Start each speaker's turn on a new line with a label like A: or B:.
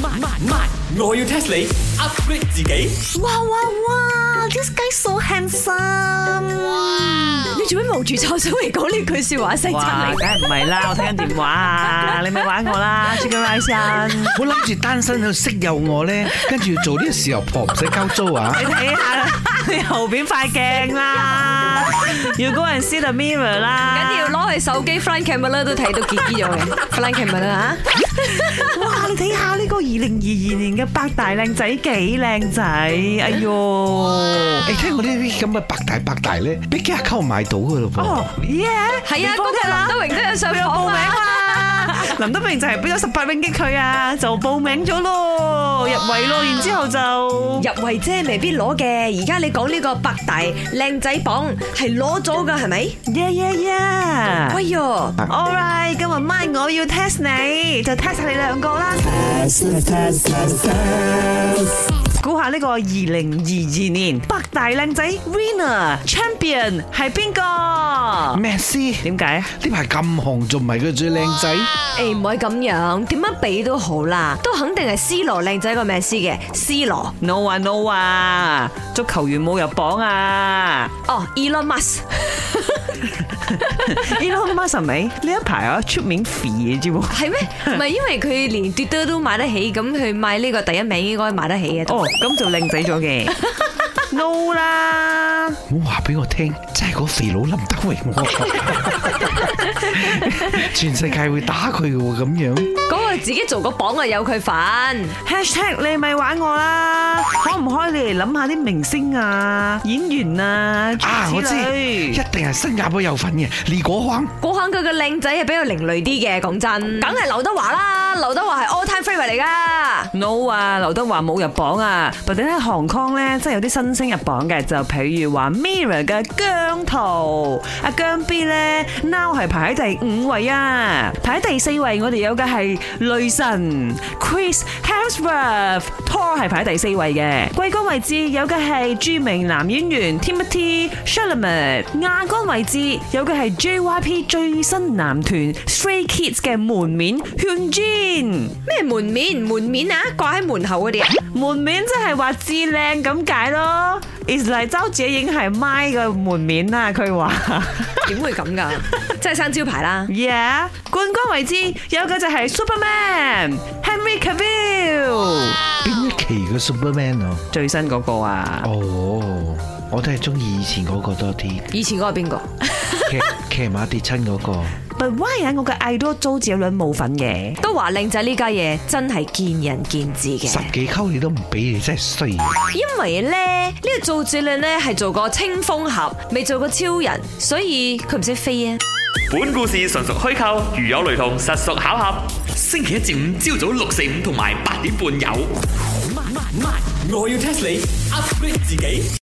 A: 慢慢慢，我要 test 你 upgrade 自己。
B: 哇哇哇！This guy so handsome。
C: 你做咩冒住臭水嚟講呢句说話？細
D: 哇，
C: 真
D: 梗
C: 嚟，
D: 係唔係啦，我聽緊電話啊，你咪玩我啦，Chicken Rice
E: 我諗住單身去識有我咧，跟住做呢個時候婆唔使交租啊！
D: 你睇 下你後邊塊鏡啦，要 go and see the mirror
C: 緊要
D: 啦，
C: 攞嚟手機 front camera 都睇到結結咗嘅 front camera 啊！
D: 哇，你睇下呢個二零二二年嘅百大靚仔幾靚仔，哎呦！
E: 你聽我呢啲咁嘅百大百大咧，俾幾下溝買到噶咯噃
D: 哦。耶！
C: 係啊，
D: 你幫
C: 嗰個林德榮都有上
D: 佢有報
C: 訪
D: 名
C: 啊！
D: 啦， 林德榮就係俾咗十八永擊佢啊，就報名咗咯，入圍咯，然之後就
C: 入圍啫，未必攞嘅。而家你講呢個百大靚仔榜係攞咗㗎，係咪？
D: 耶耶耶
C: 哎哟！
D: ！All right，今日晚我要 test 你，就 test 下你兩個啦。估下呢個二零二二年百大靚仔 winner champion 係邊個？
E: 咩先？
D: 點解？
E: 呢排咁紅，仲唔係佢最靚仔？
C: 诶，唔可以咁樣，點樣比都好啦，都肯定係 C 羅靚仔過咩 C 嘅 C 羅
D: no 啊 no 啊！足球員冇入榜啊！
C: 哦，Elon Musk，
D: Elon Musk à 係咪？呢一排啊出面肥嘅啫喎。
C: 係咩？唔係因為佢連奪得都買得起，咁佢買呢個第一名應該買得起嘅。
D: 哦，咁就靚仔咗嘅。No 啦，
E: 唔好話俾我聽，真係個肥佬林德榮 喎，全世界會打佢嘅喎咁樣。
C: 嗰個自己做個榜啊，有佢份。
D: #hashtag 你咪玩我啦，可唔可以你嚟諗下啲明星啊、演員啊
E: 啊，
D: 諸如
E: 我知
D: 此，
E: 一
D: 類
E: 定係新加坡有份嘅，李果康。
C: 嗰肯佢個靚仔係比較另類啲嘅，講真，梗係劉德華啦，劉德華係 all time favorite 嚟噶。
D: No 啊，劉德華冇入榜啊，或者喺韓康咧，真係有啲新星入榜嘅，就譬如話 Mirror 嘅姜濤，阿姜 B 咧，now 係排喺第五位啊，排喺第四位我哋有嘅係雷神 Chris Hemsworth，Thor 係排喺第四位嘅，季軍位置有嘅係著名男演員 Timothy s h a l a m e t 亞軍位置有嘅係 JYP 最新男團 Stray Kids 嘅門面 Hyun Jin。
C: 咩門面門面啊，掛喺門口嗰啲啊。
D: 門面即係話至靚咁解咯。is 嚟周姐影係咪嘅門面啦，佢話。
C: 點會咁 㗎？真係生招牌啦！
D: yeah，冠軍位置有嘅就係 Superman Henry Cavill，
E: 邊一期嘅 Superman 啊？
D: 最新嗰個啊。
E: 哦，我都係中意以前嗰個多啲，
C: 以前嗰個邊個？
E: 騎騎馬跌親嗰個。
D: But why 啊？我嘅 idol 周杰倫冇份嘅。
C: 都話靚仔呢家嘢真係見仁見智
E: 十
C: 嘅，
E: 幾溝你都唔俾，你真係衰。
C: 因為咧呢、個做主領咧係做過清風俠，未做過超人，所以佢唔識飛啊！
A: 本故事純屬虛構，如有雷同，實屬巧合。星期一至五朝早六四五同埋八點半有。慢慢慢，我要 test 你 upgrade 自己。